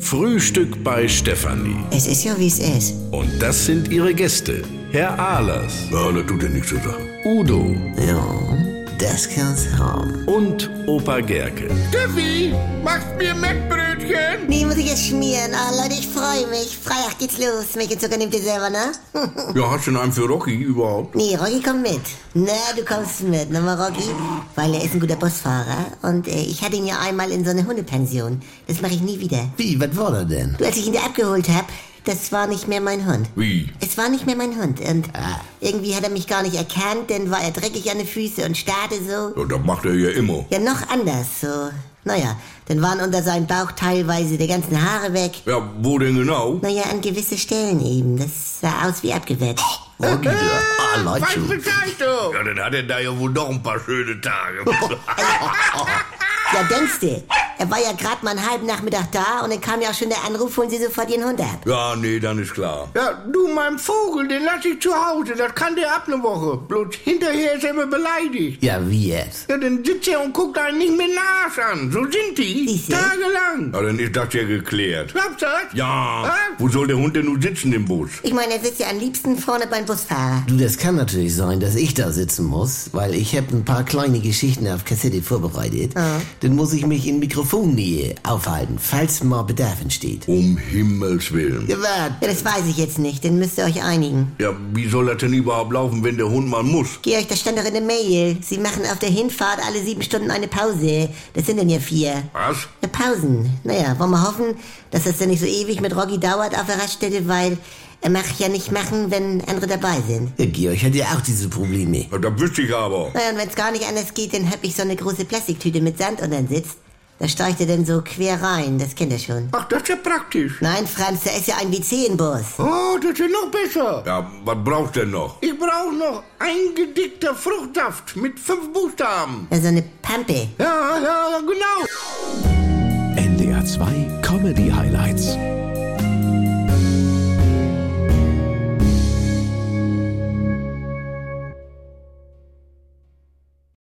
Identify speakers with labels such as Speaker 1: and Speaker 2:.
Speaker 1: Frühstück bei Stefanie.
Speaker 2: Es ist ja, wie es ist.
Speaker 1: Und das sind ihre Gäste. Herr Ahlers. Ja, das tut ja nichts zu sagen. Udo
Speaker 2: Ja, das kann's haben.
Speaker 1: und Opa Gerke.
Speaker 3: Steffi, machst mir Mettbrötchen?
Speaker 2: Nee, muss ich jetzt schmieren. Ah, Leute, ich freue mich. Freitag geht's los. Milch und Zucker nehmt ihr selber, ne?
Speaker 3: Ja, hast du denn einen für Rocky überhaupt?
Speaker 2: nee, Rocky, komm mit. Na, du kommst mit, ne, mal, Rocky? Weil er ist ein guter Busfahrer und äh, ich hatte ihn ja einmal in so eine Hundepension. Das mache ich nie wieder.
Speaker 4: Wie, was war da denn?
Speaker 2: Du, als ich ihn da abgeholt hab, das war nicht mehr mein Hund.
Speaker 3: Wie?
Speaker 2: Es war nicht mehr mein Hund und irgendwie hat er mich gar nicht erkannt, dann war er dreckig an den Füßen und starrte so.
Speaker 3: Ja, das macht er ja immer.
Speaker 2: Ja, noch anders, so. Naja, dann waren unter seinem Bauch teilweise die ganzen Haare weg.
Speaker 3: Ja, wo denn genau?
Speaker 2: Naja, an gewisse Stellen eben. Das sah aus wie abgewetzt.
Speaker 4: Rocky, du. Ah, Leute.
Speaker 3: Bescheid, du. Ja, dann hat er da ja wohl doch ein paar schöne Tage.
Speaker 2: Ja, denkst du? Er war ja gerade mal einen halben Nachmittag da und dann kam ja auch schon der Anruf, holen Sie sofort Ihren Hund ab.
Speaker 3: ja, nee, dann ist klar.
Speaker 5: Ja, du, mein Vogel, den lass ich zu Hause. Das kann der ab ne Woche. Bloß hinterher ist er immer beleidigt.
Speaker 4: Ja, wie jetzt?
Speaker 5: Ja, dann sitzt er und guckt einen nicht mit dem Arsch an. So sind die.
Speaker 2: Siehste?
Speaker 5: Tagelang.
Speaker 3: Ja, dann ist das ja geklärt.
Speaker 5: Glaubst du das?
Speaker 3: Ja,
Speaker 5: Hä?
Speaker 3: wo soll der Hund denn nun sitzen im Bus?
Speaker 2: Ich meine, er sitzt ja am liebsten vorne beim Busfahrer.
Speaker 4: Du, das kann natürlich sein, dass ich da sitzen muss, weil ich habe ein paar kleine Geschichten auf Kassette vorbereitet. Dann muss ich mich in Mikrofonnähe aufhalten, falls mal Bedarf entsteht.
Speaker 3: Um Himmels Willen.
Speaker 4: Ja, wat?
Speaker 2: Ja, das weiß ich jetzt nicht, dann müsst ihr euch einigen.
Speaker 3: Ja, wie soll das denn überhaupt laufen, wenn der Hund mal muss?
Speaker 2: Georg, das stand doch in der Mail. Sie machen auf der Hinfahrt alle sieben Stunden eine Pause. Das sind dann ja vier.
Speaker 3: Was?
Speaker 2: Ja, Pausen. Naja, wollen wir hoffen, dass das dann nicht so ewig mit Rocky dauert auf der Raststätte, weil er macht ja nicht machen, wenn andere dabei sind.
Speaker 4: Ja, Georg hat ja auch diese Probleme.
Speaker 3: Ja, das wüsste ich aber.
Speaker 2: Naja, und wenn es gar nicht anders geht, dann hab ich so eine große Plastiktüte mit Sand und dann sitzt. Da steigt er dann so quer rein, das kennt er schon.
Speaker 5: Ach, das ist ja praktisch.
Speaker 2: Nein, Franz, da ist ja ein WC im Bus.
Speaker 5: Oh, das ist noch besser.
Speaker 3: Ja, was brauchst denn noch?
Speaker 5: Ich brauch noch eingedickter Fruchtsaft mit fünf Buchstaben.
Speaker 2: Ja, so eine Pampe.
Speaker 5: Ja, ja, genau.
Speaker 6: NDR 2 Comedy Highlights.